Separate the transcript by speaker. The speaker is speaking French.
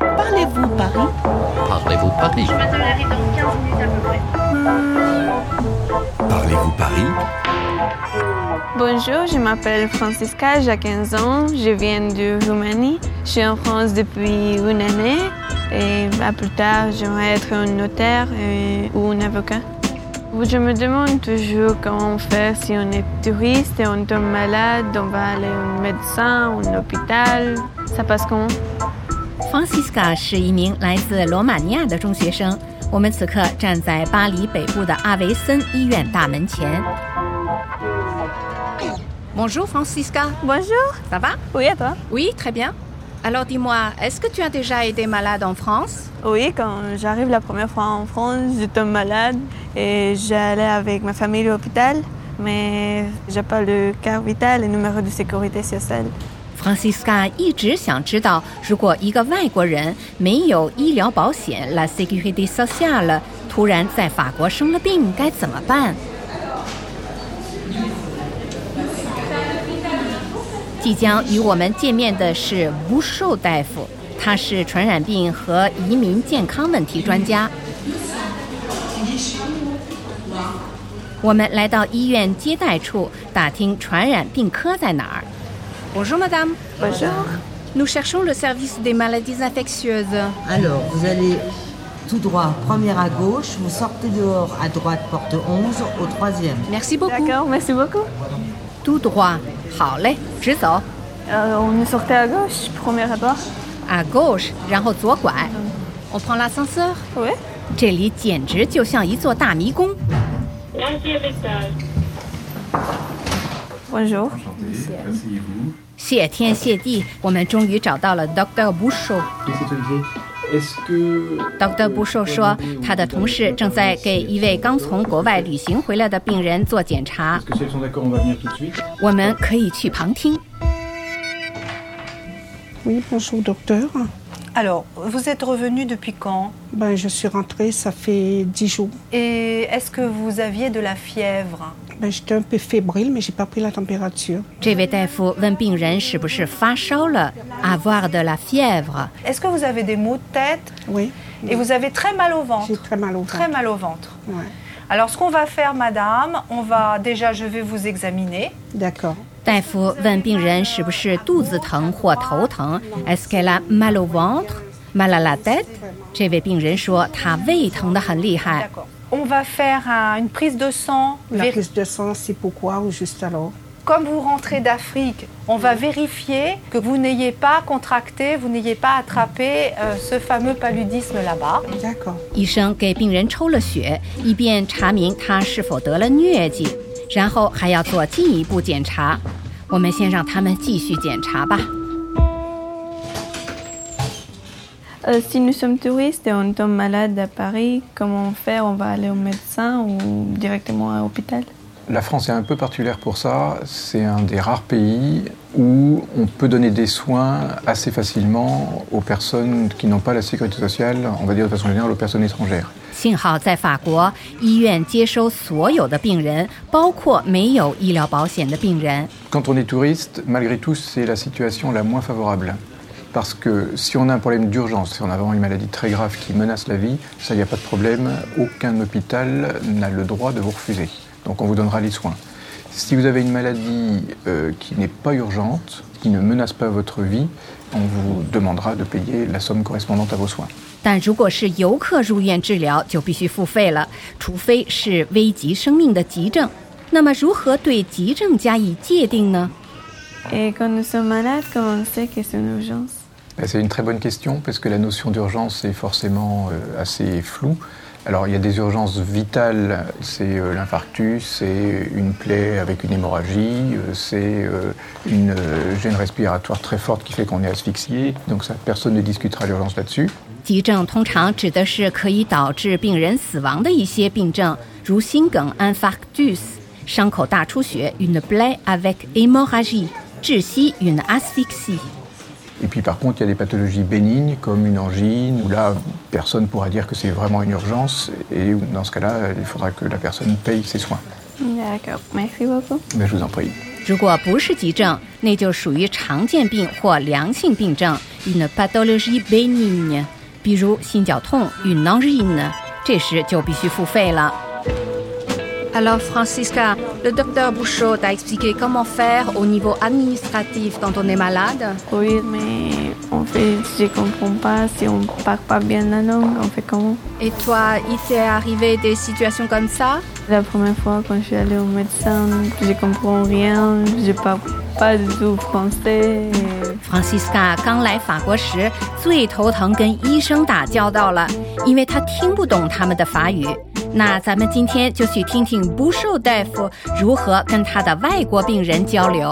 Speaker 1: Parlez-vous Paris
Speaker 2: Parlez-vous Paris
Speaker 3: Je vais te laver dans 15 minutes à peu près.
Speaker 4: Parlez-vous Paris
Speaker 5: Bonjour, je m'appelle Francisca, j'ai 15 ans, je viens de Roumanie. Je suis en France depuis une année et bah, plus tard, j'aimerais être un notaire et- ou un avocat. Je me demande toujours comment faire si on est touriste et on tombe malade, on va aller à un médecin, à un hôpital. Ça passe comment
Speaker 6: Francisca 是一名来自罗马尼亚的中学生。我们此刻站在巴黎北部的阿维森医院大门前。
Speaker 7: Bonjour Francisca,
Speaker 5: Bonjour,
Speaker 7: ça va
Speaker 5: oui à toi
Speaker 7: Oui, très bien. Alors dis-moi, est-ce que tu as déjà aidé malade en France
Speaker 5: Oui, quand j'arrive la première fois en France, je tombe malade et j'allais avec ma famille à l'hôpital, mais j'ai pas le carte vitale et le numéro de sécurité sociale.
Speaker 6: Francisca 一直想知道，如果一个外国人没有医疗保险 （la sécurité sociale），突然在法国生了病该怎么办？即将与我们见面的是吴寿大夫，他是传染病和移民健康问题专家。我们来到医院接待处，打听传染病科在哪儿。
Speaker 7: Bonjour madame.
Speaker 5: Bonjour.
Speaker 7: Nous cherchons le service des maladies infectieuses.
Speaker 8: Alors, vous allez tout droit, première à gauche, vous sortez dehors à droite, porte 11, au troisième.
Speaker 7: Merci beaucoup.
Speaker 5: D'accord, merci beaucoup.
Speaker 6: 嘟嘟花，好嘞，直走
Speaker 5: Euh, on est sorti à gauche, premier abord.
Speaker 6: a g o s h 然后左拐，
Speaker 7: On prend l'ascenseur
Speaker 5: Oui.
Speaker 6: 这里简直就像一座大迷宫。
Speaker 5: Bonjour.
Speaker 9: Asseyez-vous.
Speaker 6: 谢天谢地，我们终于找到了 Doctor
Speaker 9: Et
Speaker 6: Busho。
Speaker 9: c'est une chose. Est-ce que. euh,
Speaker 6: Doctor Busho 说，他的同事正在给一位刚从国外旅行回来的病人做检查
Speaker 9: Est-ce，que si elles sont d'accord, on va venir tout de suite
Speaker 6: 我们可以去旁听。
Speaker 10: Oui, bonjour docteur.
Speaker 1: Alors, vous êtes revenu depuis quand
Speaker 10: Ben, je suis rentrée, ça fait 10 jours.
Speaker 1: Et est-ce que vous aviez de la fièvre
Speaker 10: Ben, j'étais un peu fébrile, mais j'ai pas pris la température.
Speaker 6: 这位大夫问病人是不是发烧了，avoir de la fièvre。
Speaker 1: Est-ce que vous avez des maux de tête
Speaker 10: Oui,
Speaker 1: Et vous avez très mal au
Speaker 10: j'ai
Speaker 1: ventre
Speaker 10: très mal au ventre.
Speaker 1: Très mal au ventre.
Speaker 10: Ouais.
Speaker 1: Alors, ce qu'on va faire, madame, on va déjà, je vais vous examiner.
Speaker 10: D'accord.
Speaker 6: 大夫问病人是不是肚子疼或头疼，est-ce qu'elle a mal au ventre, mal à la tête？这位病人说他胃疼得很厉害。
Speaker 1: D'accord. On va faire un- une prise de sang.
Speaker 10: La
Speaker 1: Vér-
Speaker 10: prise de sang, c'est pourquoi ou juste alors
Speaker 1: Comme vous rentrez d'Afrique, on va vérifier que vous n'ayez pas contracté, vous n'ayez pas attrapé euh, ce fameux paludisme là-bas.
Speaker 10: D'accord.
Speaker 6: 医生给病人抽了血，以便查明他是否得了疟疾，然后还要做进一步检查。我们先让他们继续检查吧。
Speaker 5: Euh, si nous sommes touristes et on tombe malade à Paris, comment on fait On va aller au médecin ou directement à l'hôpital
Speaker 11: La France est un peu particulière pour ça. C'est un des rares pays où on peut donner des soins assez facilement aux personnes qui n'ont pas la sécurité sociale, on va dire de façon générale aux personnes étrangères.
Speaker 6: 幸好在法国，医院接收所有的病人，包括没有医疗保险的病人。
Speaker 11: Quand on est touriste, malgré tout, c'est la situation la moins favorable. Parce que si on a un problème d'urgence, si on a vraiment une maladie très grave qui menace la vie, ça, il n'y a pas de problème. Aucun hôpital n'a le droit de vous refuser. Donc on vous donnera les soins. Si vous avez une maladie euh, qui n'est pas urgente, qui ne menace pas votre vie, on vous demandera de payer la somme correspondante à vos soins.
Speaker 6: 但如果是游客入院治疗，就必须付费了，除非是危及生命的急症。那么，如何对急症加以界定呢？
Speaker 5: Et quand nous sommes malades, comment on sait que c'est une urgence
Speaker 11: Ben, C'est une très bonne question parce que la notion d'urgence est forcément euh, assez floue. Alors il y a des urgences vitales, c'est euh, l'infarctus, c'est une plaie avec une hémorragie, euh, c'est euh, une euh, gêne respiratoire très forte qui fait qu'on est asphyxié. Donc ça, personne ne discutera l'urgence là-dessus.
Speaker 6: 急症通常指的是可以导致病人死亡的一些病症，如心梗 （infarctus）、伤口大出血 （une plaie avec hémorragie）、窒息 （une asphyxie）。
Speaker 11: Et puis par contre, il y a des pathologies bénignes comme une angine où là, personne ne pourra dire que c'est vraiment une urgence et dans ce cas-là, il faudra que la personne paye ses soins.
Speaker 5: D'accord, merci beaucoup.
Speaker 11: Mais je vous en prie.
Speaker 6: 如果不是急症，那就属于常见病或良性病症， une pathologie bénigne，比如心绞痛 une angine，这时就必须付费了。
Speaker 7: Alors, Francisca, le docteur Bouchot t'a expliqué comment faire au niveau administratif quand on est malade.
Speaker 5: Oui, mais en fait, je comprends pas. Si on parle pas bien la langue, on fait comment
Speaker 7: Et toi, il t'est arrivé des situations comme ça
Speaker 5: La première fois, quand je suis allée au médecin, je comprends rien. Je parle pas du tout français.
Speaker 6: Francisca 刚来法国时最头疼跟医生打交道了，因为她听不懂他们的法语。那咱们今天就去听听不瘦大夫如何跟他的外国病人交流。